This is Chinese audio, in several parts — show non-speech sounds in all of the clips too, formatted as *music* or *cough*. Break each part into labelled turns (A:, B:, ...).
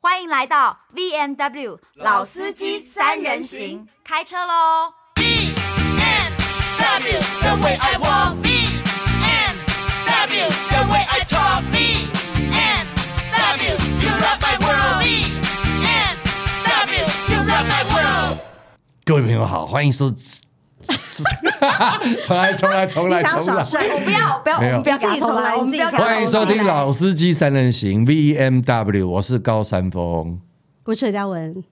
A: 欢迎来到 V N W 老司机三人行，开车喽！
B: BMW, the way I walk. BMW, the way I talk. BMW, you rock my world. BMW, you rock my world.
C: 各位朋友好，欢迎收。 *laughs* 重来，重来，重来，重来！
D: 啊
A: 我不要，不要，我
C: 没有
A: 们不要
D: 自己重来
A: 我们不要
D: 自己重来
C: 欢迎收听《老司机三人行》VMW，我是高山峰。
D: 我是嘉文，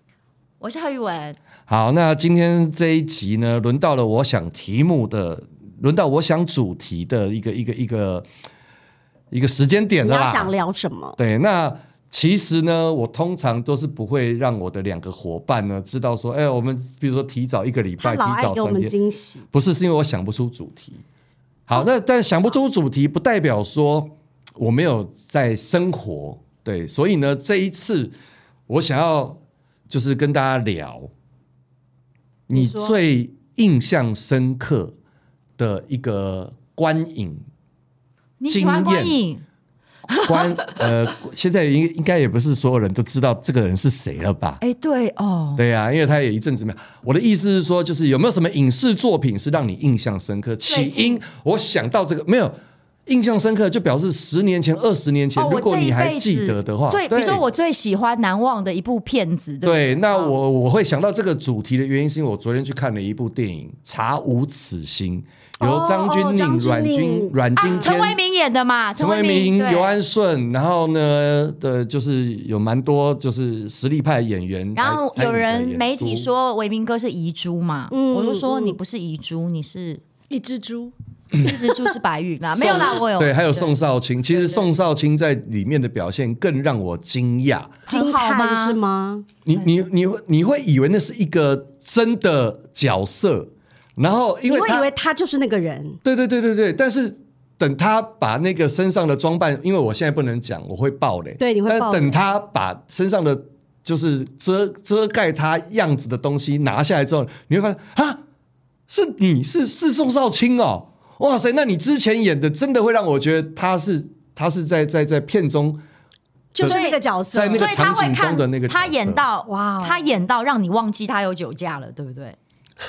A: 我是何玉文，
C: 好，那今天这一集呢，轮到了我想题目的，轮到我想主题的一个一个一个一个时间点
D: 你
C: 的
D: 要
C: 啦。
D: 想聊什么？
C: 对，那其实呢，我通常都是不会让我的两个伙伴呢知道说，哎、我们比如说提早一个礼
D: 他
C: 拜，提
D: 老爱
C: 早
D: 给我
C: 三
D: 们
C: 天，
D: 惊喜，
C: 不是，是因为我想不出主题。好，那但想不出主题，不代表说我没有在生活。对，所以呢，这一次我想要就是跟大家聊，你
A: 说
C: 最印象深刻的一个观影
A: 你喜欢
C: 经验
A: 观影？
C: 观 *laughs* 呃，现在应应该也不是所有人都知道这个人是谁了吧？
A: 哎，对哦，
C: 对呀、啊因为他也一阵子没有。我的意思是说，就是有没有什么影视作品是让你印象深刻？起因我想到这个没有印象深刻，就表示十年前、二十年前，
A: 哦，
C: 如
A: 我
C: 果
A: 这
C: 你
A: 一
C: 还
A: 辈
C: 记
A: 子
C: 得的话，
A: 最比
C: 对
A: 如说我最喜欢难忘的一部片子，对不嗯对
C: 对，那我我会想到这个主题的原因，是因为我昨天去看了一部电影《查无此心》，由
D: 哦
C: 张钧
D: 哦
C: 甯、
D: 张钧
C: 阮经
D: 甯
C: 阮经
A: 啊，陈为
C: 天。
A: 民演的嘛，
C: 陈
A: 为
C: 为民、
A: 对
C: 尤安顺，然后呢，的就是有蛮多就是实力派演员来
A: 然
C: 参与的演
A: 后
C: 出。
A: 有人媒体说维明哥是遗珠嘛，
D: 嗯
A: 我就说
D: 嗯
A: 你不是遗珠，你是
D: 一只猪，
A: 一只猪是白
C: *laughs*
A: 玉啦，没有啦，
C: 宋
A: 我有
C: 对，还有宋少卿。其实宋少卿在里面的表现更让我惊讶。
D: 惊
A: 很好吗
D: 叹是吗？
C: 你你你你会以为那是一个真的角色，然后因
D: 你
C: 为
D: 会
C: 他
D: 以为他就是那个人，
C: 对对对对对，但是等他把那个身上的装扮，因为我现在不能讲，我会爆雷。
D: 对你会
C: 但
D: 爆雷
C: 等他把身上的就是遮遮盖他样子的东西拿下来之后，你会发现啊，是你是是宋少卿哦，哇塞！那你之前演的真的会让我觉得他是他是在在在片中
D: 就是
A: 对
D: 那个角色
C: 在。那个
A: 所以他会
C: 场景中
A: 看
C: 的那个角色
A: 他演到
D: 哇哦
A: 他演到让你忘记他有酒驾了，对不对？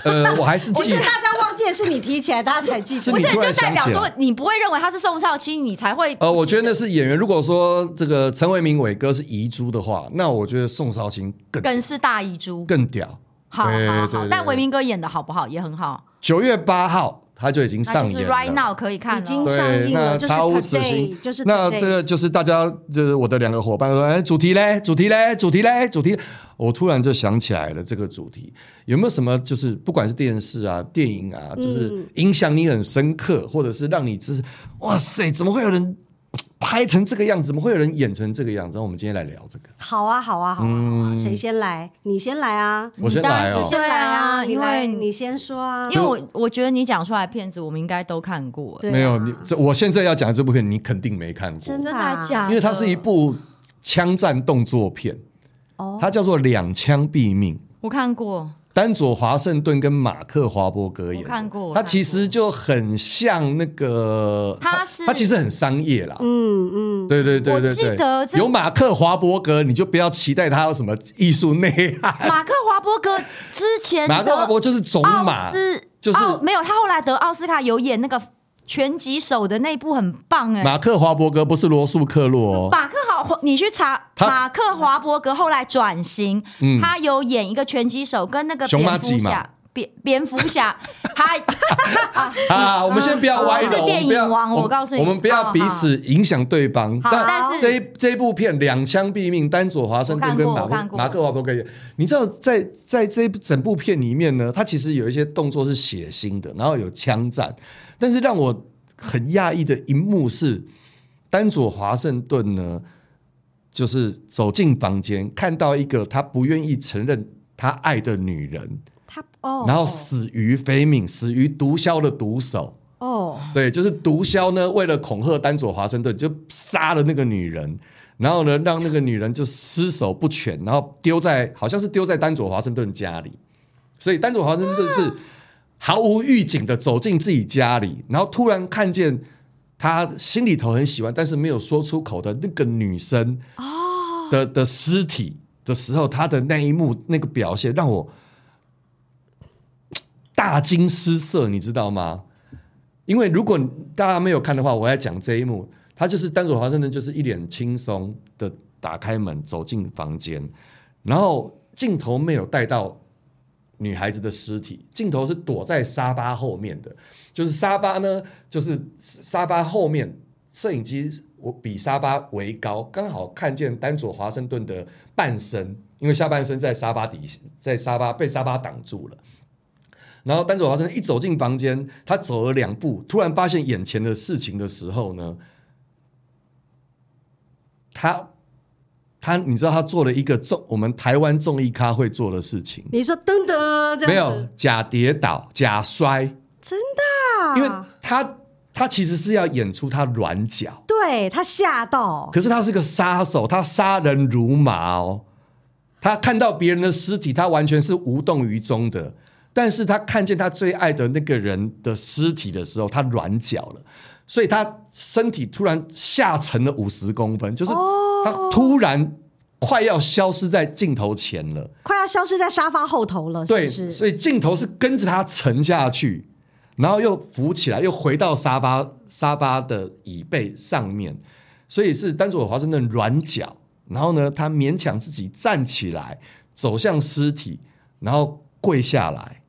C: 呃，我还是
D: *laughs* 我
C: 记
D: 觉得大家忘记的是你提起来，大家才记
C: 是
D: 得。
A: 不
C: 你
A: 是，
C: 突
A: 就
C: 然
A: 代
C: 想
A: 表
C: 起
A: 说
C: 来。
A: 你不会认为他是宋少卿，你才会
C: 呃，我觉得那是演员。如果说这个陈为民伟哥是遗珠的话，那我觉得宋少卿更
A: 更是大遗珠。
C: 更屌。
A: 好
C: 对
A: 好
C: 对
A: 好
C: 对，
A: 但
C: 对
A: 维明哥演的好不好也很好，
C: 九月八号他就已经
A: 那
C: 上
A: 就
C: 演
A: 是
C: 了。
A: right now 可以看
D: 已经
A: 了。
D: 上
C: 对，
D: 映
C: 那
D: 了就是
C: 查无此
D: today，
C: 心，
D: 就是
C: 那
D: today
C: 这个就是大家就是我的两个伙伴说，哎，主题嘞，主题嘞，主题嘞，主题。我突然就想起来了，这个主题有没有什么就是不管是电视啊、电影啊，
D: 嗯
C: 就是影响你很深刻，或者是让你就是哇塞，怎么会有人拍成这个样子？怎么会有人演成这个样子？然后我们今天来聊这个，
D: 好啊，好啊，好啊，好啊
C: 嗯
D: 谁先来？你先来啊，
C: 我先
A: 当然
C: 来
A: 是
C: 哦。
A: 先
D: 先来
A: 对啊
D: 啊，你
A: 因为
D: 来，你先说啊。
A: 因为我我觉得你讲出来的片子，我们应该都看过。
D: 对啊
C: 没有你，这我现在要讲的这部片，你肯定没看过。
D: 真
A: 真
D: 的
A: 的
D: 啊
A: 假的？哦
C: 因为它是一部枪战动作片，它叫做《两枪毙命》，
A: 我看过，
C: 丹佐华盛顿跟马克华伯格演的。
A: 我看过我
C: 它
A: 看
C: 其实就很像那个，
A: 它是
C: 它其实很商业啦。
D: 嗯嗯，
C: 对对对
A: 我
C: 对
A: 记
C: 对，
A: 得这
C: 有马克华伯格，你就不要期待他有什么艺术内
A: *laughs*
C: 涵。
A: 马克华伯格之前
C: 马克华伯
A: 得
C: 就是种
A: 奥
C: 马，
A: 斯
C: 就是
A: 奥没有，他后来得奥斯卡有演那个拳击手的那部很棒哎。
C: 马克华伯格不是罗素克洛哦。
A: 马克好，你去查
C: 他
A: 马克华伯格后来转型，
C: 嗯
A: 他有演一个拳击手，跟那个
C: 熊
A: 蝙
C: 麻
A: 蝠
C: 吉嘛
A: 侠。蝙蝙蝠侠，
C: *laughs*
A: 他
C: 啊，我们先不要
A: 哦
C: 歪
A: 我是
C: 楼，
A: 电
C: 们不要
A: 影王我
C: 们
A: 告诉你
C: 我们不要彼此影响对方。
A: 好但是
C: 这一这一部片《两枪毙命》，丹佐华盛顿跟马
A: 我看过
C: 马克华伯格演，你知道在在这一整部片里面呢，它其实有一些动作是血腥的，然后有枪战，但是让我很讶异的一幕是，丹佐华盛顿呢，就是走进房间，看到一个他不愿意承认他爱的女人，
D: 他哦，
C: 然后死于非命，死于毒枭的毒手。
D: 哦，
C: 对，就是毒枭呢，为了恐吓丹佐华盛顿，就杀了那个女人，然后呢，让那个女人就尸首不全，然后丢在好像是丢在丹佐华盛顿家里，所以丹佐华盛顿是毫无预警的走进自己家里，然后突然看见他心里头很喜欢，但是没有说出口的那个女生，的的尸体的时候，他的那一幕那个表现让我大惊失色，你知道吗？因为如果大家没有看的话，我来讲这一幕，他就是丹佐华盛顿，就是一脸轻松的打开门走进房间，然后镜头没有带到女孩子的尸体，镜头是躲在沙发后面的，就是沙发呢，就是沙发后面，摄影机我比沙发为高，刚好看见丹佐华盛顿的半身，因为下半身在沙发底，在沙发被沙发挡住了。然后丹佐华盛顿一走进房间，他走了两步，突然发现眼前的事情的时候呢，他他你知道他做了一个综我们台湾综艺咖会做的事情，
D: 你说噔噔这样子
C: 没有假跌倒、假摔，
D: 真的啊、
C: 因为他他其实是要演出他软脚，
D: 对他吓到，
C: 可是他是个杀手，他杀人如麻哦。他看到别人的尸体，他完全是无动于衷的。但是他看见他最爱的那个人的尸体的时候，他软脚了，所以他身体突然下沉了五十公分，就是
D: 哦
C: 他突然快要消失在镜头前了。
D: 快要消失在沙发后头了，是
C: 对，
D: 不是？
C: 所以镜头是跟着他沉下去，然后又浮起来，又回到沙发沙发的椅背上面，所以是丹佐华盛顿软脚，然后呢，他勉强自己站起来，走向尸体，然后跪下来。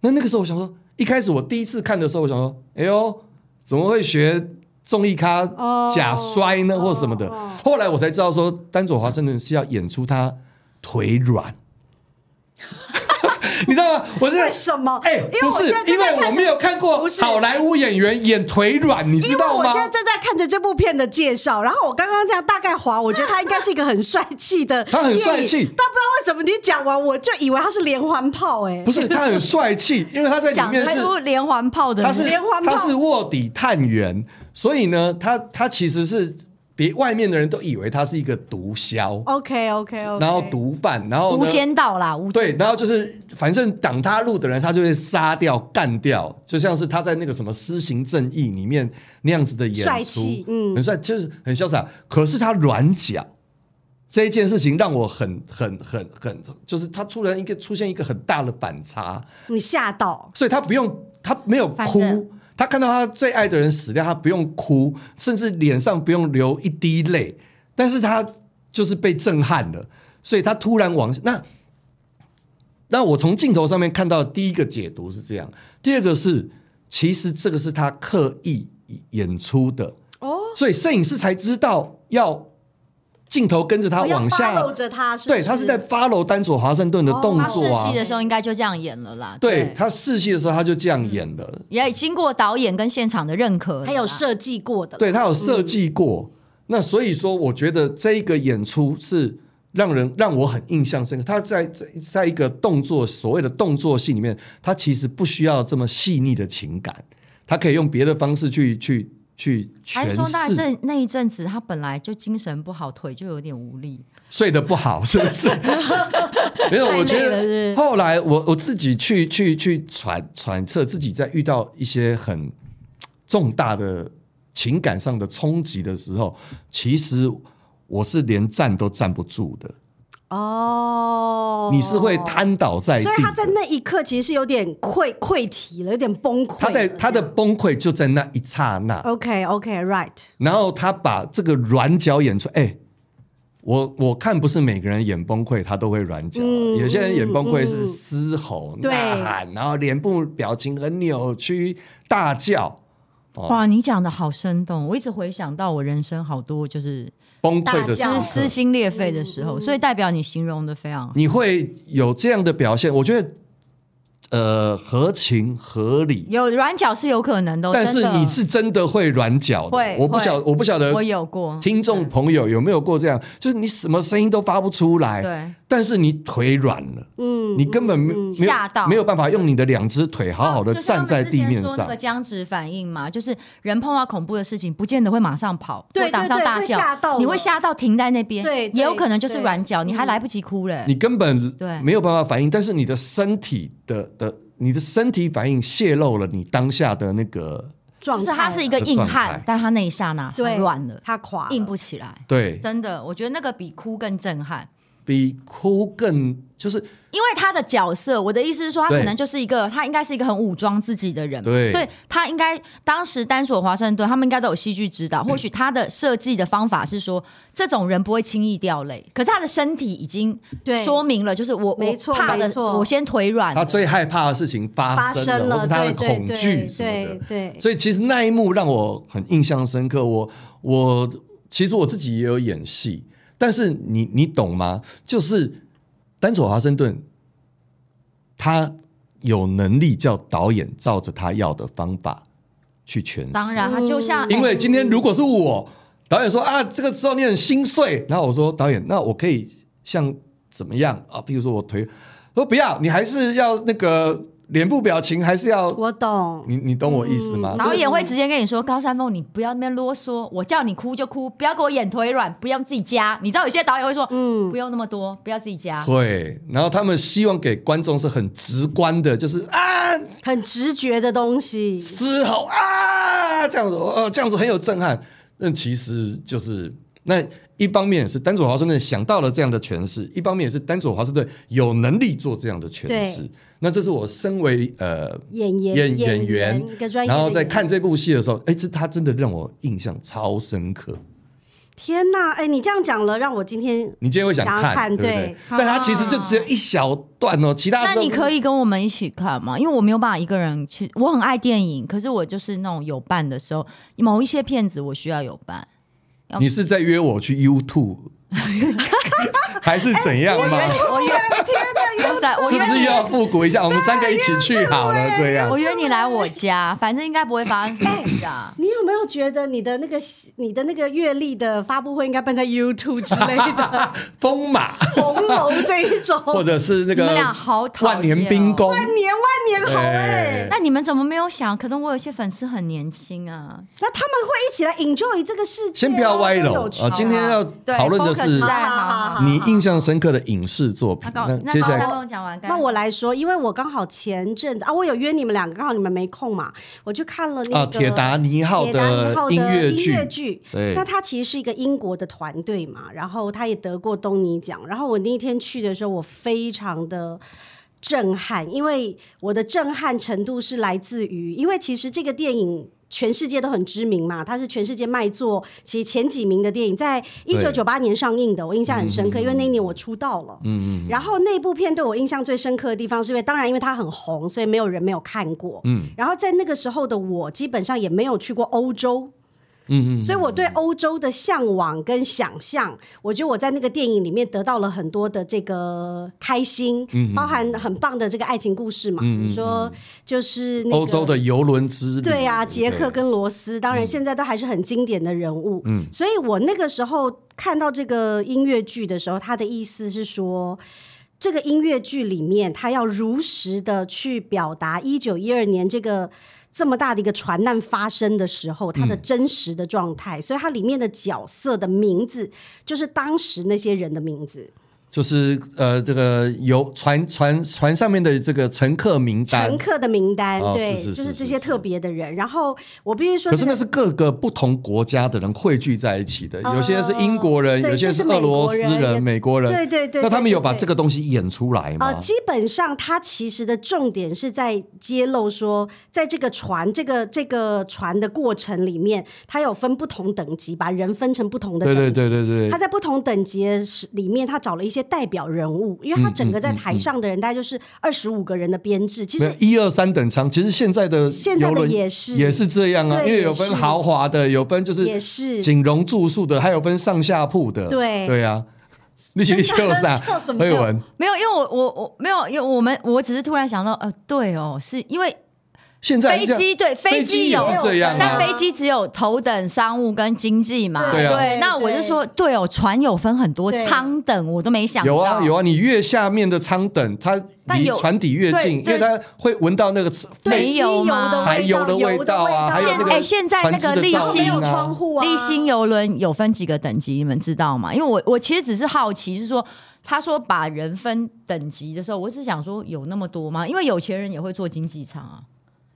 C: 那那个时候我想说，一开始我第一次看的时候，我想说，哎呦，怎么会学综艺咖
D: 哦
C: 假摔呢，或什么的？后来我才知道说，丹佐华盛顿是要演出他腿软。 *laughs* 你知道吗？我真的
D: 为什么？
C: 哎、
D: 因为
C: 不
D: 我
C: 是
D: 现在，
C: 因
D: 正在
C: 为我
D: 看
C: 没
D: 着，
C: 有看过
D: 不是
C: 好莱坞演员演腿软，你知
D: 因为
C: 道
D: 我
C: 吗
D: 现？在正在看着这部片的介绍，然后我刚刚这样大概划，我觉得他应该是一个很帅气的，
C: *laughs* 他很帅气
D: 但不知道为什么你讲完我就以为他是连环炮、哎，
C: 不
D: *laughs*
C: 是，他很帅气，因为他在里
E: 讲
C: 面是
E: 出连环炮的
C: 他
E: 人，
C: 是
D: 连环炮
C: 他是卧底探员，所以呢，他他其实是别外面的人都以为他是一个毒枭，
D: OK 哦 OK OK，
C: 然后毒贩，然后
E: 无
C: 呢，
E: 间道啦，无间
C: 对，然后就是反正挡他路的人，他就会杀掉、干掉，就像是他在那个什么《私刑正义》里面那样子的演出，
D: 帅气嗯
C: 很帅，就是很潇洒。可是他软脚这一件事情让我很、很、很、很，就是他突然一个出现一个很大的反差，
D: 你吓到，
C: 所以他不用，他没有
E: 反
C: 哭
E: 正。
C: 他看到他最爱的人死掉，他不用哭，甚至脸上不用流一滴泪，但是他就是被震撼了，所以他突然往那那我从镜头上面看到第一个解读是这样，第二个是其实这个是他刻意演出的哦，所以摄影师才知道要镜头跟着他
D: 我哦要
C: 往下，
D: follow 着他是不
C: 对，他是在 follow 丹佐华盛顿的
D: 哦
C: 动
E: 他
C: 作
E: 试
C: 啊，
E: 戏的时候应该就这样演了啦。
C: 对他试戏的时候他就这样演的，
E: 也经过导演跟现场的认可了啦，
D: 还有设计过的，
C: 对他有设计
E: 嗯
C: 过。那所以说，我觉得这一个演出是让人让我很印象深刻。他在在在一个动作所谓的动作戏里面，他其实不需要这么细腻的情感，他可以用别的方式去去去
E: 还是说那
C: 诠释。
E: 阵那一阵子他本来就精神不好，腿就有点无力。
C: 睡得不好是不
D: *laughs*
C: 是？没有，
D: 太累了
C: 我觉
D: 是
C: 得
D: 不
C: 后来我我自己去去去揣揣测自己在遇到一些很重大的情感上的冲击的时候，其实我是连站都站不住的，
D: 哦，
C: 你是会瘫倒在地
D: 所
C: 的。
D: 以他在那一刻其实是有点溃溃体了，有点崩溃了。
C: 他在他的崩溃就在那一刹那，
D: OK OK right，
C: 然后他把这个软脚演出，哎、我我看不是每个人演崩溃他都会软脚，
D: 嗯
C: 有些人演崩溃
D: 嗯
C: 是
D: 嗯
C: 嘶吼、呐
D: 对
C: 喊，然后脸部表情很扭曲、大叫、哦
E: 哇，你讲的好生动，我一直回想到我人生好多就是
C: 崩溃的时
D: 大
E: 撕
D: 叫嗯
E: 撕
C: 刻，
E: 心裂肺的时候，所以代表你形容的非常好。
C: 你会有这样的表现，我觉得呃合情合理。
E: 有软脚是有可能的哦，
C: 但是
E: 真的
C: 你是真的会软脚的
E: 会，
C: 我不晓
E: 会
C: 我不晓得
E: 我有过
C: 听众朋友有没有过这样，就是你什么声音都发不出来，
E: 对，
C: 但是你腿软了，
D: 嗯，
C: 你根本没没有
E: 吓到
C: 没有办法用你的两只腿好好的
E: 就是他
C: 站
E: 们
C: 在
E: 之前
C: 地面
E: 说那
C: 上
E: 个。僵直反应嘛，就是人碰到恐怖的事情，不见得会马上跑，
D: 对
E: 或打
D: 对
E: 上
D: 对
E: 大
D: 会
E: 叫，
D: 吓到
E: 你会
D: 了
E: 吓到停在那边，
D: 对
E: 也有
D: 对
E: 可能就是
D: 对嗯
E: 软脚，你还来不及哭嘞。
C: 你根本
E: 对
C: 没有办法反应，但是你的身体的的，你的身体反应泄露了你当下的那个
D: 状
A: 就是
D: 态了，
A: 他是一个硬
C: 状态
A: 汉，但他那一刹那
D: 对
A: 他乱了，
D: 他垮了
A: 硬不起来。
C: 对，
F: 真的，我觉得那个比哭更震撼。
C: 比哭更就是
A: 因为他的角色，我的意思是说，他
C: 对
A: 可能就是一个，他应该是一个很武装自己的人嘛，
C: 对
A: 所以他应该当时丹索华盛顿他们应该都有戏剧指
C: 嗯
A: 导，或许他的设计的方法是说，这种人不会轻易掉泪，可是他的身体已经
D: 对
A: 说明了，就是我
D: 没
A: 我
D: 错
A: 怕
D: 没
A: 的，
D: 错
A: 我先腿软了，
C: 他最害怕的事情发
D: 发
C: 生
D: 生
C: 了，或
D: 了，
C: 是他
D: 对
C: 的
D: 对
C: 恐惧
D: 对
C: 什么
D: 对
C: 的。
D: 对，
C: 所以其实那一幕让我很印象深刻。我我其实我自己也有演戏，但是你你懂吗？就是丹佐华盛顿，他有能力叫导演照着他要的方法去诠释。
A: 当然他就像
D: 嗯
C: 因为今天如果是我，导演说啊，这个时候你很心碎，然后我说导演，那我可以像怎么样啊？比如说我腿，说不要，你还是要那个脸部表情，还是要
D: 我懂，
C: 你你懂我意思吗？
A: 导演会直接跟你说：“高山峰，你不要那边啰嗦，我叫你哭就哭，不要给我演腿软，不要自己加。”你知道有些导演会说：“嗯，不用那么多，不要自己
C: 啊
A: 加。
C: 会，然后他们希望给观众是很直观的，就是啊，
D: 很直觉的东西，
C: 嘶吼啊，这样子，呃，这样子很有震撼。那其实就是那一方面是丹佐华盛顿想到了这样的诠释，一方面也是丹佐华盛顿有能力做这样的诠释
D: 对。
C: 那这是我身为呃
D: 演员
C: 演员
D: 演员一个专，业的
C: 然后在
D: 演员
C: 看这部戏的时候，哎，这他真的让我印象超深刻。
D: 天哪，哎，你这样讲了，让我今天
C: 你今天会想
D: 想要
C: 看，
D: 看
C: 对不对
D: 对？
C: 但他其实就只有一小段哦，其”他
A: 那
C: 时候
A: 你可以跟我们一起看吗？因为我没有办法一个人去，我很爱电影，可是我就是那种有伴的时候，某一些片子我需要有伴。哦
C: 你是在约我去 YouTube，还是怎样吗？
A: 我 *laughs* 约，天哪，哎我
C: 是不
A: 约
C: 是又
A: 你，
C: 要复古一下？我们三个一起去好了，这样
A: 我。约你来我家，反正应该不会发生什么事
C: *laughs*
A: 啊。
D: 你有没有觉得你的那个你的那个阅历的发布会应该办在 YouTube 之类的，
C: *laughs* 风马，
D: 红楼这一种，
C: 或者是那
A: 哦你
C: 个
A: 们俩好讨厌哦
C: 万年冰宫，
D: 万年万年红哎、
C: 哎
A: 那你们怎么没有想？可能我有些粉丝很年轻啊，
D: 那他们会一起来 enjoy 这个世界啊，
C: 先不要歪楼
D: 都有趣
C: 啊！今天要
A: 对
C: 讨论的
A: focus
C: 是
A: 在
D: 好好好好
C: 你印象深刻的影视作品
A: 那。高
C: 那
A: 那
C: 接
A: 高
C: 下
A: 山
C: 来，
A: 跟我讲完，
D: 那我来说，因为我刚好前阵子啊，我有约你们两个，刚好你们没空嘛，我去看了那个
C: 啊铁达尼号的
D: 铁达尼号的
C: 音
D: 音
C: 乐剧
D: 乐剧。
C: 对
D: 那它其实是一个英国的团队嘛，然后他也得过东尼奖。然后我那一天去的时候，我非常的。震撼，因为我的震撼程度是来自于，因为其实这个电影全世界都很知名嘛，它是全世界卖座其实前几名的电影，在一九九八年上映的，我印象很深刻，因为那一年我出道了。嗯嗯嗯。然后那部片对我印象最深刻的地方，是因为当然因为它很红，所以没有人没有看过。嗯。然后在那个时候的我，基本上也没有去过欧洲。
C: 嗯嗯，
D: 所以我对欧洲的向往跟想象，我觉得我在那个电影里面得到了很多的这个开心，
C: 嗯
D: 包含很棒的这个爱情故事嘛。你说就是那个
C: 欧洲的游轮之旅，
D: 对啊，
C: 不
D: 捷克跟罗斯，当
C: 嗯
D: 然现在都还是很经典的人物。嗯，所以我那个时候看到这个音乐剧的时候，他的意思是说。这个音乐剧里面，他要如实的去表达一九一二年这个这么大的一个船难发生的时
C: 嗯
D: 候，它的真实的状态，所以它里面的角色的名字就是当时那些人的名字，
C: 就是呃，这个游船船船上面的这个乘客名单
D: 乘，客的名单，
C: 哦
D: 对，
C: 是是是
D: 就是这
C: 是
D: 些
C: 是
D: 特别的人。然后我必须说、
C: 可
D: 这个，
C: 是那是各个不同国家的人汇聚在一起的，
D: 呃
C: 有些是英国人，
D: 对
C: 有些俄罗斯
D: 就是美国人
C: 美国人，
D: 对对对
C: 那他们
D: 对对
C: 有把
D: 对
C: 这个东西演出来吗？
D: 呃，基本上它其实的重点是在揭露说，在这个船这个这个船的过程里面，它有分不同等级，把人分成不同的
C: 对
D: 等级。
C: 对对对对
D: 他，在不同等级的时里面，他找了一些代表人物，因为他整个
C: 嗯
D: 在台上的人大概就是二十五个人的编制，其
C: 没
D: 实
C: 有一二三等舱，其实现在的
D: 现在的
C: 邮轮
D: 也是
C: 也是这样啊，
D: 对
C: 因为有
D: 也
C: 分
D: 是
C: 豪华的，有分就是
D: 也是
C: 锦荣住宿的，还有分上下铺的，
D: 对
C: 对啊，你你秀啥？
D: *laughs* 笑什么
C: 何文
A: 没有，因为我我我没有，因为我们我只是突然想到，呃，对哦，是因为
C: 现在
A: 飞
C: 是这样
A: 机对
C: 飞
A: 飞
C: 机
A: 机
C: 也
A: 有，
C: 是这样
A: 但
C: 啊，
A: 飞机只有头等商务跟经济嘛，
C: 对啊
D: 对
A: 那我就说，对哦，船有分很多
D: 对
A: 舱等，我都没想到。
C: 有啊有啊，你越下面的舱等，它
A: 但
C: 离
A: 有
C: 船底越
A: 对
C: 近，因
A: 对
C: 为它会闻到那个
A: 对
C: 废
A: 没
D: 机
A: 有
D: 油
A: 嘛
D: 的
C: 柴油的
D: 的
C: 味道啊，还有那个
A: 哎现在那个
C: 船只的
A: 立
C: 噪
A: 信
D: 没
C: 音
D: 有
C: 啊
D: 窗户啊，
A: 立新游轮有分几个等级，你们知道吗？因为我我其实只是好奇，是说他说把人分等级的时候，我是想说有那么多吗？因为有钱人也会坐经济舱啊，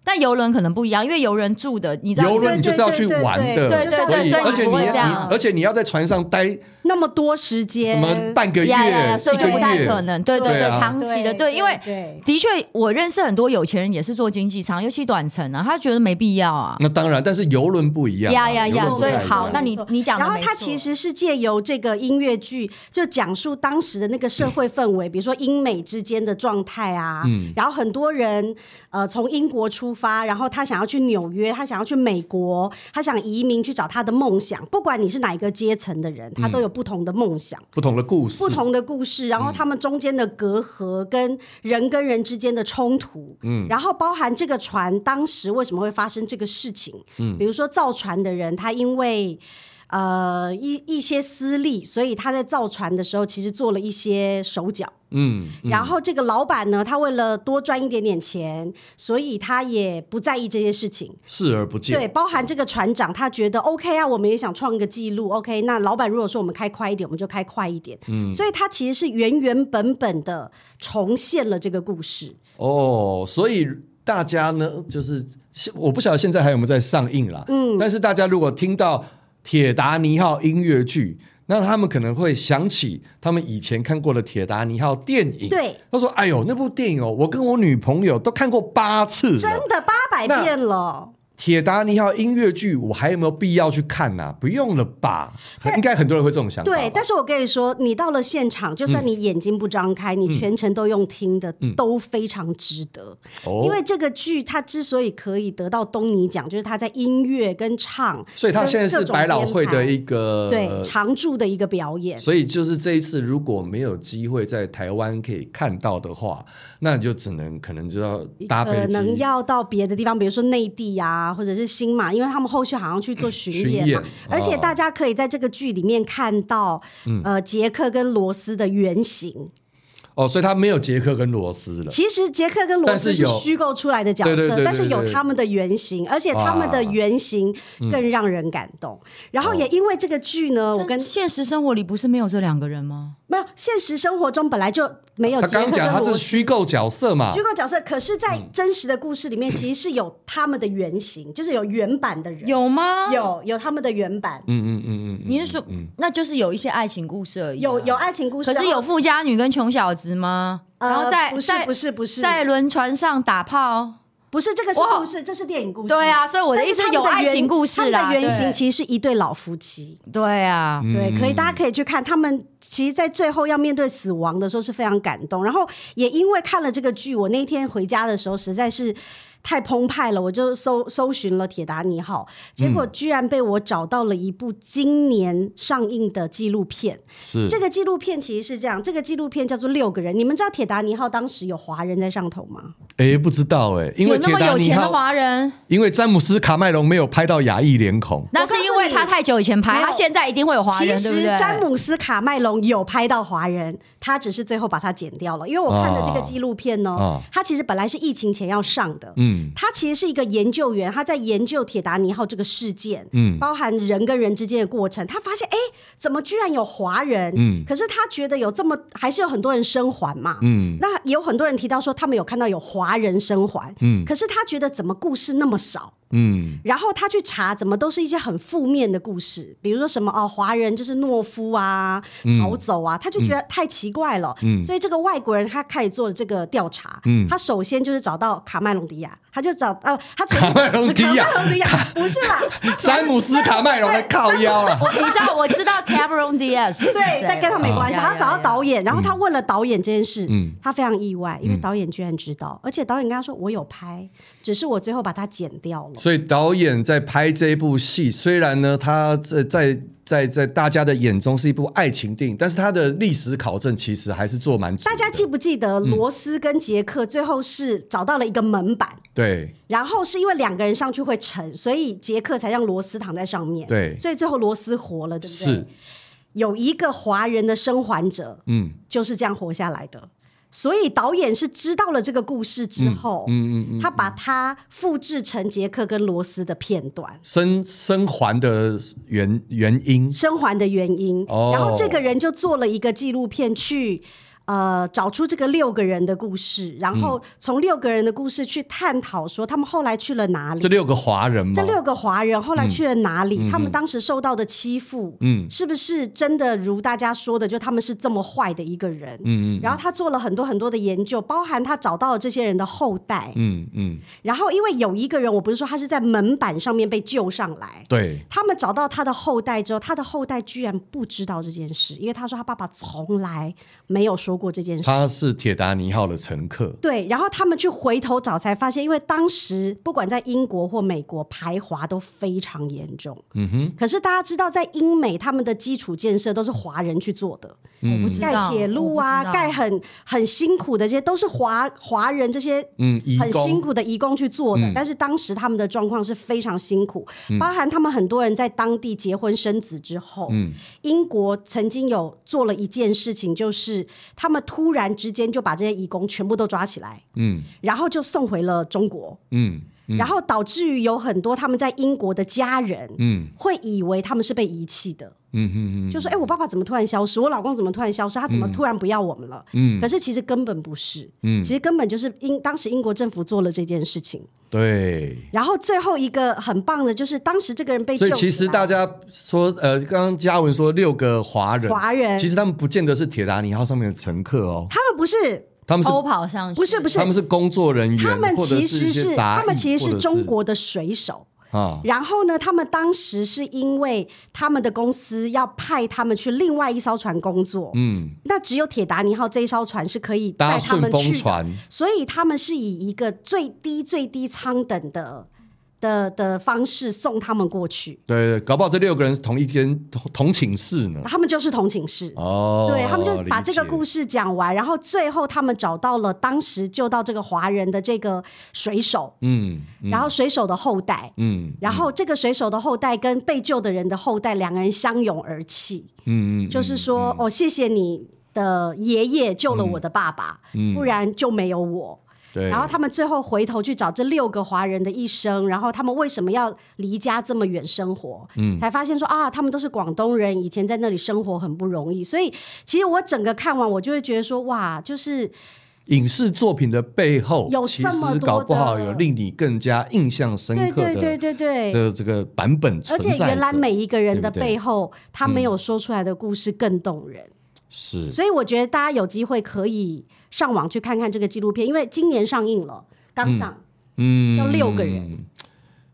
A: 但游轮可能不一样，因为游轮住的，你知道
C: 游轮你就是要去玩的，
A: 对对对对
C: 所以
A: 对对对
C: 而且
A: 你不会
C: 你
A: 这样
C: 而且你要在船上待什
D: 那么多时间，
C: 么半个月、
A: 呀呀呀，所以
C: 一个
A: 就不太
C: 月，
A: 可能，对对
C: 对
A: 对，
C: 啊
A: 长期的，对，因为
D: 对
A: 的确我认识很多有钱人也是做经济舱，尤其短程啊，他觉得没必要啊，
C: 那当然，但是游轮不一样啊、
A: 呀呀呀
C: 游轮不
A: 所以
C: 太一样
A: 好那你你讲的
D: 然后
A: 没
D: 他
A: 错
D: 其实是借由这个音乐剧，就讲述当时的那个社会氛围，比如说英美之间的状态啊。
C: 嗯
D: 然后很多人呃从英国出发，然后他想要去纽约，他想要去美国，他想移民去找他的梦想。不管你是哪一个阶层的人，他都有不同的梦想。
C: 不同的故事，
D: 不同的故事，然后他们中间的隔阂跟人跟人之间的冲突，嗯，然后包含这个船当时为什么会发生这个事情，嗯，比如说造船的人他因为。呃，一一些私利，所以他在造船的时候其实做了一些手脚。
C: 嗯，嗯
D: 然后这个老板呢，他为了多赚一点点钱，所以他也不在意这些事情。
C: 视而不
D: 对，
C: 见，嗯
D: 包含这个船长，他觉得 OK 啊，我们也想创一个记录，OK。那老板如果说我们开快一点，我们就开快一点。嗯，所以他其实是原原本本的重现了这个故事。
C: 哦，所以大家呢，就是现我不晓得现在还有没有在上映啦，嗯，但是大家如果听到《铁达尼号》音乐剧。那他们可能会想起他们以前看过的《铁达尼号》电影。
D: 对，
C: 他说：“哎呦，那部电影哦，我跟我女朋友都看过八次了，
D: 真的八百
C: 那
D: 遍了，
C: 铁达尼号音乐剧，我还有没有必要去看呐、不用了吧？应该很嗯多人会这种想法吧。
D: 对。但是我跟你说，你到了现场，就算你眼睛不张开，
C: 嗯
D: 你全程都用听的，都非常值得。
C: 哦
D: 因为这个剧它之所以可以得到东尼奖，就是它在音乐跟唱，
C: 所以他现在
D: 跟
C: 是
D: 各种
C: 百老汇的
D: 编排
C: 一个
D: 对常驻的一个表演。
C: 所以就是这一次如果没有机会在台湾可以看到的话，那你就只能可能就要搭
D: 可
C: 飞
D: 呃能
C: 机。
D: 要到别的地方，比如说内地啊，或者是新马，因为他们后续好像去做巡
C: 巡
D: 演嘛。
C: 演
D: 而且
C: 哦嗯
D: 大家可以在这个剧里面看到，呃，杰克跟罗斯的原型。
C: 哦，所以他没有杰克跟罗斯了。
D: 其实杰克跟罗
C: 但
D: 斯
C: 是
D: 是
C: 有
D: 虚构出来的角
C: 对对对
D: 色，
C: 对
D: 但是有
C: 对
D: 他们的原型，而且他们的
C: 哇嗯
D: 原型更让人感动。然后也因为这个剧呢，我跟
A: 但现实生活里不是没有这两个人吗？
D: 没有现实生活中本来就没有
C: 他
D: 杰克
C: 刚
D: 跟
C: 讲他
D: 罗
C: 是
D: 斯。
C: 虚构啊嗯角色嘛
D: 虚，构角色，可是，在真实的故事里面，其实是有他们的原型，就是有原版的人。
A: 有吗？，
D: 有有他们的原版，
C: 嗯嗯嗯嗯嗯，
A: 你是说那就是有一些爱情故事而已啊，
D: 有有爱情故事，
A: 可是有
D: 然后
A: 富家女跟穷小子吗？
D: 呃
A: 然后在
D: 不是
A: 在
D: 不是不是
A: 在轮船上打炮，
D: 不是这个是
A: 哇
D: 故事，这是电影故事。
A: 对啊，所以我的
D: 但
A: 意
D: 是
A: 思
D: 他们
A: 有爱
D: 原
A: 情故事啦，
D: 他们的原型
A: 对
D: 其实是一对老夫妻，
A: 对啊，
C: 嗯
D: 对，可以，大家可以去看。他们其实，在最后要面对死亡的时候是非常感动。然后也因为看了这个剧，我那天回家的时候实在是太澎湃了，我就搜搜寻了《铁达尼号》，结果
A: 嗯
D: 居然被我找到了一部今年上映的纪录片。
C: 是
D: 这个纪录片其实是这样，这个纪录片叫做《六个人》。你们知道《铁达尼号》当时有华人在上头吗？
C: 哎不知道哎，因
A: 有
C: 为
A: 那
C: 铁
A: 么
C: 达
A: 有
C: 尼
A: 钱的
C: 号，
A: 华人，
C: 因为詹姆斯卡麦隆没有拍到亚裔脸孔，
A: 那是因为他太久以前
D: 没
A: 拍，
D: 有
A: 他现在一定会有华
D: 其
A: 人，对不
D: 实
A: 对？
D: 詹姆斯卡麦隆有拍到华人，他只是最后把它剪掉了。因为我看的这个纪录片呢，
C: 哦
D: 它其实本来是疫情前要上的。
C: 嗯，
D: 他其实是一个研究员，他在研究铁达尼号这个事件，
C: 嗯
D: 包含人跟人之间的过程。他发现，哎，怎么居然有华人？
C: 嗯
D: 可是他觉得有这么，还是有很多人生还嘛，
C: 嗯
D: 那有很多人提到说他们有看到有华人生还，
C: 嗯
D: 可是他觉得怎么故事那么少？
C: 嗯
D: 然后他去查，怎么都是一些很负面的故事，比如说什么哦，华人就是懦夫啊、逃走啊，他就觉得太奇怪了。
C: 嗯
D: 所以这个外国人他开始做了这个调查。
C: 嗯
D: 他首先就是找到卡麦隆迪亚，他就找呃，他首
C: 卡
D: 先
C: 麦隆迪亚
D: 卡麦隆迪亚不是啦，他首先
C: 詹姆斯卡麦隆还靠腰啊了。
A: 你知道我知道 Cameron Diaz
C: *laughs*
A: 是
D: 对，
A: 谁哦
D: 但跟他没
C: 哦
D: 关系。
A: 呀
D: 他找到导演，然后他问了导演这件事，
C: 嗯
D: 他非常意外，因为导演居然知道，而且导演跟他说我有拍，只是我最后把它剪掉了。
C: 所以导演在拍这一部戏，虽然呢，他在在在在大家的眼中是一部爱情电影，但是他的历史考证其实还是嗯做蛮足的。
D: 大家记不记得罗斯跟杰克最后是找到了一个门板，
C: 对
D: 然后是因为两个人上去会沉，所以杰克才让罗斯躺在上面。
C: 对
D: 所以最后罗斯活了，对不对？
C: 是
D: 有一个华人的生还者
C: 嗯
D: 就是这样活下来的。所以导演是知道了这个故事之后，
C: 嗯嗯嗯，
D: 他把它复制成杰克跟罗斯的片段。
C: 生生还的原原因
D: 生还的原因，
C: 哦
D: 然后这个人就做了一个纪录片去，呃找出这个六个人的故事，然后
C: 嗯
D: 从六个人的故事去探讨说他们后来去了哪里
C: 这。六个华人嘛，
D: 这六个华人后来去了哪里？他们当时受到的欺负，
C: 嗯
D: 是不是真的如大家说的，就他们是这么坏的一个人？
C: 嗯嗯
D: 然后他做了很多很多的研究，包含他找到了这些人的后代。
C: 嗯嗯，
D: 然后因为有一个人，我不是说他是在门板上面被救上来，
C: 对，
D: 他们找到他的后代之后，他的后代居然不知道这件事，因为他说他爸爸从来没有说过这件事。
C: 他是铁达尼号的乘客，
D: 对，然后他们去回头找，才发现，因为当时不管在英国或美国，排华都非常严重。
C: 嗯哼，
D: 可是大家知道，在英美他们的基础建设都是华人去做的，
C: 嗯
A: 我不知
D: 盖
A: 道
D: 铁路
A: 我不
D: 啊，
A: 知道
D: 盖很很辛苦的，这些都是华华人这些
C: 嗯，移
D: 很辛
C: 工，
D: 苦的移工去做的，
C: 嗯
D: 但是当时他们的状况是非常辛苦，包含他们很多人在当地结婚生子之后，
C: 嗯
D: 英国曾经有做了一件事情，就是他们突然之间就把这些移工全部都抓起来，
C: 嗯
D: 然后就送回了中国，
C: 嗯
D: 然后导致于有很多他们在英国的家人。
C: 嗯
D: 会以为他们是被遗弃的，
C: 嗯嗯嗯，
D: 就说：“哎、我爸爸怎么突然消失？我老公怎么突然消失？他怎么突然不要我们了？”
C: 嗯
D: 可是其实根本不是，
C: 嗯
D: 其实根本就是英当时英国政府做了这件事情。
C: 对。
D: 然后最后一个很棒的就是当时这个人被救
C: 所
D: 起
C: 以
D: 来，
C: 其实大家说，呃，刚刚嘉文说六个华人，
D: 华人
C: 其实他们不见得是铁达尼号上面的乘客哦，
D: 他们不是
C: 他们是
A: 偷跑上去，
D: 不哦是不是
C: 他们是工作人员，
D: 他们
C: 或者
D: 其
C: 是
D: 实
C: 一些
D: 是
C: 杂役
D: 他们其实
C: 或者
D: 是
C: 是
D: 中国的水手。
C: 啊，
D: 然后呢，他们当时是因为他们的公司要派他们去另外一艘船工作，
C: 嗯，
D: 那只有铁达尼号这一艘船是可以
C: 搭
D: 带他们
C: 顺风
D: 去的
C: 船
D: 所以他们是以一个最低最低舱等的的的方式送他们过去，
C: 对，搞不好这六个人是同一间同同寝室呢。
D: 他们就是同寝室。
C: 哦，
D: *laughs* 对他们就把这个故
C: 事，
D: 事讲完，然后最后他们找到了当时救到这个华人的这个水手，
C: 嗯嗯
D: 然后水手的后代，
C: 嗯
D: 然后这个水手的后代跟被救的人的后代两个人相拥而泣，
C: 嗯嗯，
D: 就是说、哦，谢谢你的爷爷救了我的爸爸，
C: 嗯
D: 不然就没有我。
C: 对，
D: 然后他们最后回头去找这六个华人的一生，然后他们为什么要离家这么远生活？
C: 嗯
D: 才发现说啊，他们都是广东人，以前在那里生活很不容易。所以其实我整个看完，我就会觉得说，哇，就是
C: 影视作品的背后，
D: 有
C: 其
D: 这么
C: 实
D: 多
C: 搞不好
D: 的
C: 有令你更加印象
D: 对
C: 深刻
D: 对
C: 的
D: 对对对，
C: 这这个版本
D: 而
C: 存在
D: 且
C: 着，
D: 原来每一个人的
C: 对不嗯对
D: 背后，他没有说出来的故事更动人。
C: 是
D: 所以我觉得大家有机会可以上网去看看这个纪录片，因为今年上映了，刚上。
C: 嗯
D: 就六个人。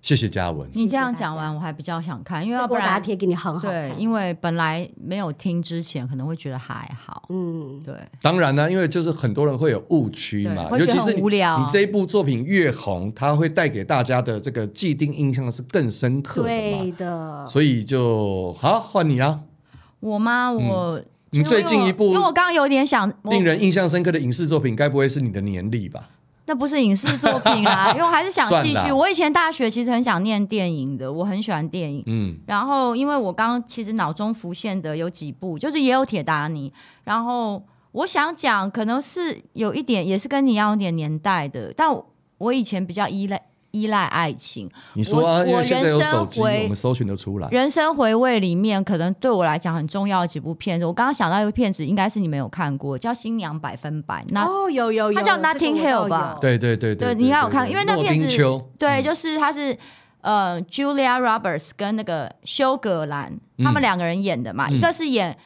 C: 谢谢嘉文，
A: 你这样讲
D: 谢谢大
A: 完，我还比较想看，因为
D: 这
A: 要不
D: 个我打
A: 然
D: 贴给你很好看，
A: 对，因为本来没有听之前，可能会觉得还好。
D: 嗯，
A: 对，
C: 当然呢，因为就是很多人会有误区嘛，
A: 对
C: 尤
A: 会觉
C: 其
A: 得
C: 是你
A: 很无聊
C: 你这一部作品越红，它会带给大家的这个既定印象是更深刻的
D: 对
C: 嘛。
D: 的。
C: 所以就好换你啊，
A: 我妈，我
C: 嗯你最近一
A: 因
C: 部
A: 为我刚刚有点想，我
C: 令人印象深刻的影视作品，该不会是你的年历吧？
A: 那不是影视作品
C: *laughs*
A: 啦，因为我还是想
C: 算
A: 戏
C: 啦
A: 剧。我以前大学其实很想念电影的，我很喜欢电影。
C: 嗯
A: 然后，因为我刚刚其实脑中浮现的有几部，就是也有铁达尼。然后我想讲，可能是有一点，也是跟你一样有点年代的，但我我以前比较依赖依赖爱情，
C: 你说啊，
A: 我
C: 因为现在有
A: 我人生
C: 手机，我
A: 回
C: 们搜寻得出来。
A: 人生回味里面，可能对我来讲很重要的几部片子，我刚刚想到一部片子，应该是你没有看过，叫《新娘百分百》。那、
D: 哦，有有有，
A: 它叫
D: 这个我
A: Notting
D: 倒
A: Hill 吧
D: 有
C: 对对对
A: 对，
C: 对，
A: 你应该有
C: 对
A: 看，
C: 对
A: 因为那
C: 诺
A: 片
C: 丁嗯
A: 子
C: 秋，
A: 对，就是他是呃 Julia Roberts 跟那个休格兰、
C: 嗯
A: 他们两个人演的嘛，一个是演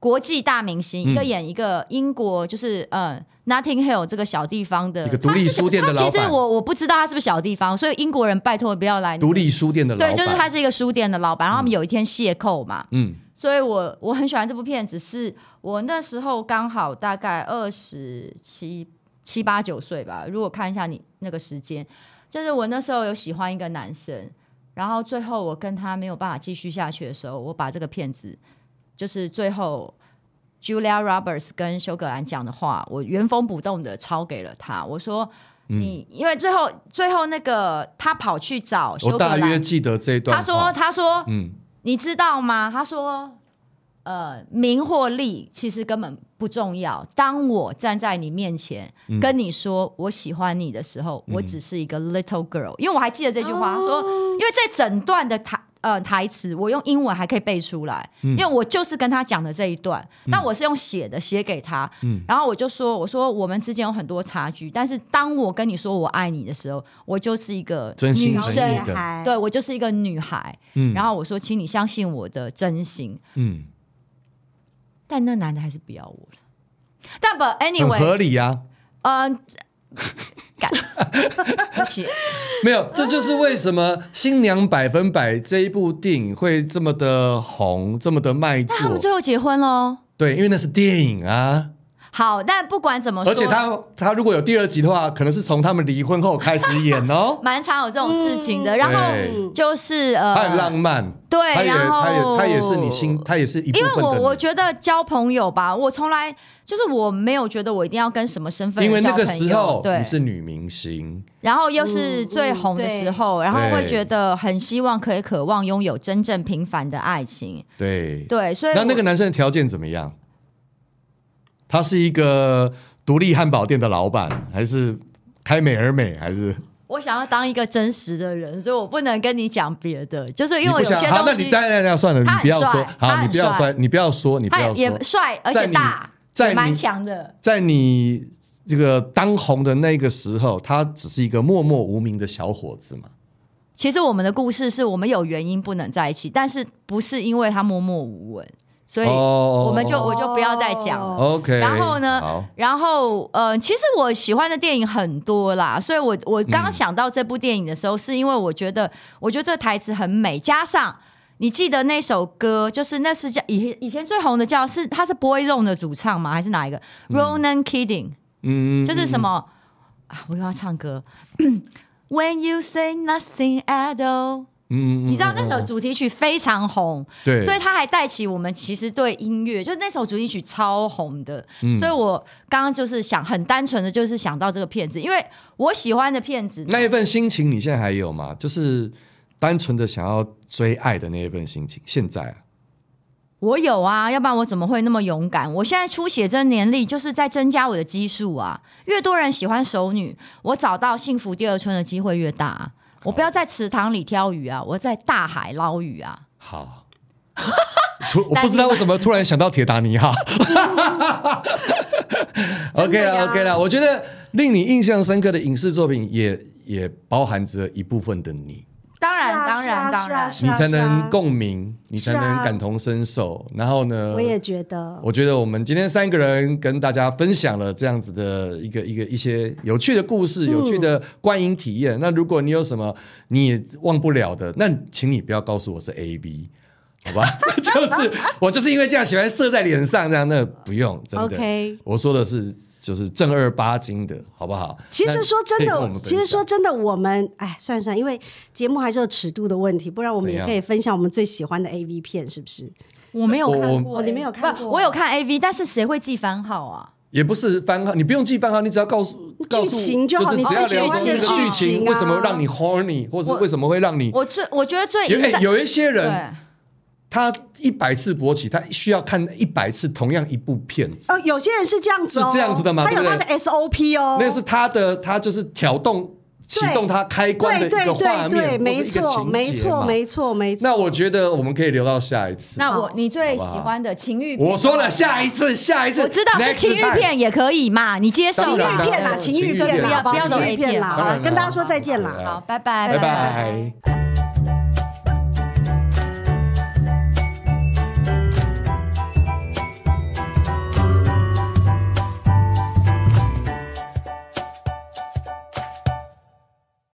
A: 国际大明星，
C: 嗯
A: 一个演一个英国就是呃 Notting Hill 这个小地方的
C: 一个独立
A: 他是
C: 书店的
A: 他
C: 老
A: 其实
C: 板
A: 我我不知道他是不是小地方，所以英国人拜托不要来
C: 独。立书店的老
A: 对，
C: 板，
A: 就是他是一个书店的老板，然后他们有一天邂逅嘛，
C: 嗯
A: 所以我我很喜欢这部片子，是我那时候刚好大概二十七七八九岁吧。如果看一下你那个时间，就是我那时候有喜欢一个男生，然后最后我跟他没有办法继续下去的时候，我把这个片子就是最后 Julia Roberts 跟休格兰讲的话，我原封不动的抄给了他。我说。
C: 嗯
A: 你因为最后最后那个他跑去找休
C: 我
A: 格
C: 大约
A: 兰，
C: 记得这一
A: 他
C: 段话。
A: 说他说
C: 嗯
A: 你知道吗？他说，呃，名或利其实根本不重要。当我站在你面前、
C: 嗯
A: 跟你说我喜欢
C: 哦
A: 你的时候，我只是一个 little girl。因为我还记得这句话，他说，因为这整段的谈呃台词，我用英文还可以背出来，
C: 嗯
A: 因为我就是跟他讲的这一段，但我是用写的写给他，
C: 嗯
A: 然后我就说，我说我们之间有很多差距，但是当我跟你说我爱你的时候，我就是一个
C: 真心
A: 女
C: 诚意
A: 生，
C: 的
D: 孩
A: 对我就是一个女孩，
C: 嗯
A: 然后我说，请你相信我的真心，
C: 嗯，
A: 但那男的还是不要我了。但 but
C: 很
A: anyway，
C: 合理呀、啊。
A: 嗯， *laughs*
C: *laughs*
A: 干，对不起，
C: 没有，这就是为什么《新娘百分百》这一部电影会这么的红，这么的卖
A: 但他们
C: 座。
A: 最后结婚喽。
C: 对，因为那是电影啊，
A: 好，但不管怎么说，。
C: 而且他哦他如果有第二集的话，可能是从他们离婚后开始演哦
A: 蛮常有这种事情的。然后
C: 嗯对
A: 就是呃，
C: 他很浪漫，
A: 对
C: 他也
A: 然后
C: 他也他也是你心，他也是一部
A: 因
C: 分
A: 为
C: 的你。
A: 我我觉得交朋友吧，我从来就是我没有觉得我一定要跟什么身份
C: 因为
A: 人交朋
C: 那
A: 友，
C: 个时候
A: 对
C: 你，是女明星，
A: 然后又是最红的时候，然后会觉得很希望可以渴望拥有真正平凡的爱情，
C: 对。
A: 对，所以
C: 那那
A: 我
C: 个男生的条件怎么样？他是一个独立汉堡店的老板，还是开美而美，还是
A: 我想要当一个真实的人，所以我不能跟你讲别的，就是因
C: 你
A: 为
C: 不
A: 有些
C: 想
A: 东西
C: 好？那你当然要算了，
A: 他很
C: 你不要说
A: 帅，他
C: 好，
A: 很
C: 你不要
A: 帅
C: 说，你不要说，你不
A: 他
C: 要
A: 也
C: 说，
A: 帅，而
C: 在
A: 且
C: 你
A: 大，
C: 在
A: 也蛮
C: 你
A: 强的。
C: 在你这个当红的那个时候，他只是一个默默无名的小伙子嘛。
A: 其实我们的故事是我们有原因不能在一起，但是不是因为他默默无闻，所以
C: 哦
A: 我们就、我就不要再讲了。
C: OK，
A: 然后呢
C: 好，？
A: 然后呃，其实我喜欢的电影很多啦，所以我我
C: 嗯
A: 刚想到这部电影的时候，是因为我觉得我觉得这台词很美，加上你记得那首歌，就是那是叫以以前最红的叫是他是 Boyzone 的主唱吗？还是哪一个？Ronan Kidding，
C: 嗯，
A: 就是什么、啊？我又要唱歌。When you say nothing at all，、
C: 嗯，嗯，嗯
A: 你知道那
C: 嗯
A: 首
C: 嗯
A: 主题曲非常红，
C: 对，
A: 所以它还带起我们其实对音乐，就是那首主题曲超红的，
C: 嗯
A: 所以我刚刚就是想很单纯的就是想到这个片子，因为我喜欢的片子，
C: 那一份心情你现在还有吗？就是单纯的想要追爱的那一份心情，现在、啊、
A: 我有啊，要不然我怎么会那么勇敢？我现在出写真年历就是在增加我的基数啊，越多人喜欢熟女，我找到幸福第二春的机会越大、啊。我不要在池塘里挑鱼啊，我在大海捞鱼啊。
C: *laughs* 好。突我不知道为什么突然想到铁达尼 *laughs* 号。OK
D: 真的
C: 啦
D: 呀
C: OK 啦，我觉得令你印象深刻的影视作品也也包含着一部分的你，
A: 当然，
D: 是啊
A: 当
D: 是啊
A: 然，当
D: 是啊
A: 然，
D: 是
C: 你才
D: 是啊
C: 能共鸣，你才
D: 是啊
C: 能感同身受。然后呢，
D: 我也觉得，
C: 我觉得我们今天三个人跟大家分享了这样子的一个一个一些有趣的故
D: 嗯
C: 事、有趣的观影体验。那如果你有什么你也忘不了的，那请你不要告诉我是 A B，好
D: *laughs*
C: 吧？就是我就是因为这样喜欢射在脸上，这样那不用真的。
D: OK
C: 我说的是就是正儿八经的，好不好？
D: 其实说真
C: 那可以跟我
D: 的
C: 们，分
D: 其
C: 享
D: 实说真的，我们哎，算一算，因为节目还是有尺度的问题，不然我们
C: 怎
D: 也
C: 样
D: 可以分享我们最喜欢的 A V 片，是不是？
A: 我没有
C: 我
A: 看
C: 我
A: 过、
D: 哦你没有看过
A: 不我有看 A V，但是谁会记番号啊？
C: 也不是番号，你不用记番号，你只要告诉告诉
D: 剧情就好
C: 是
D: 你
C: 只要
A: 最喜
C: 聊说
A: 欢
C: 那
A: 的
C: 个剧
A: 剧
C: 情
D: 情啊
C: 为什么让你 horny，或是
A: 我
C: 为什么会让你
A: 我最我觉得最
C: 有、
A: 影
C: 哎
A: 响
C: 有一些人。
A: 对
C: 他一百次勃起，他需要看一百次同样一部片子，
D: 哦，有些人是这样子哦，
C: 是这样子的吗
D: 他有
C: 对
D: 他
C: 不
D: 的
C: 对
D: SOP 哦，
C: 那是他的，他就是挑动、启动他开关的
D: 对
C: 一个
D: 对
C: 画
D: 对
C: 面，
D: 对，没
C: 或者
D: 错，
C: 一个情节嘛
D: 没错，没错，没错。
C: 那我觉得我们可以留到下一次。
A: 那我
D: 好
A: 你最
C: 好不好
A: 喜欢的情欲片？
C: 我说了，下一次，下一次，
A: 我知道是
C: next
A: 情欲
C: time
A: 片也可以嘛，你接受
C: 情
D: 情
C: 欲
A: 吧
D: 欲片
C: 当然
D: 啦，
C: 当
D: 情欲
C: 情欲
D: 片
C: 片
D: 啦，
A: 不要
D: 好
A: 不要
D: 好
A: 走
D: 情
A: A
D: 欲片
A: 片
C: 当然
D: 啦，
C: 啦
D: 跟大家说再见啦。
A: 好，拜拜，
C: 拜
A: 拜拜
C: 拜。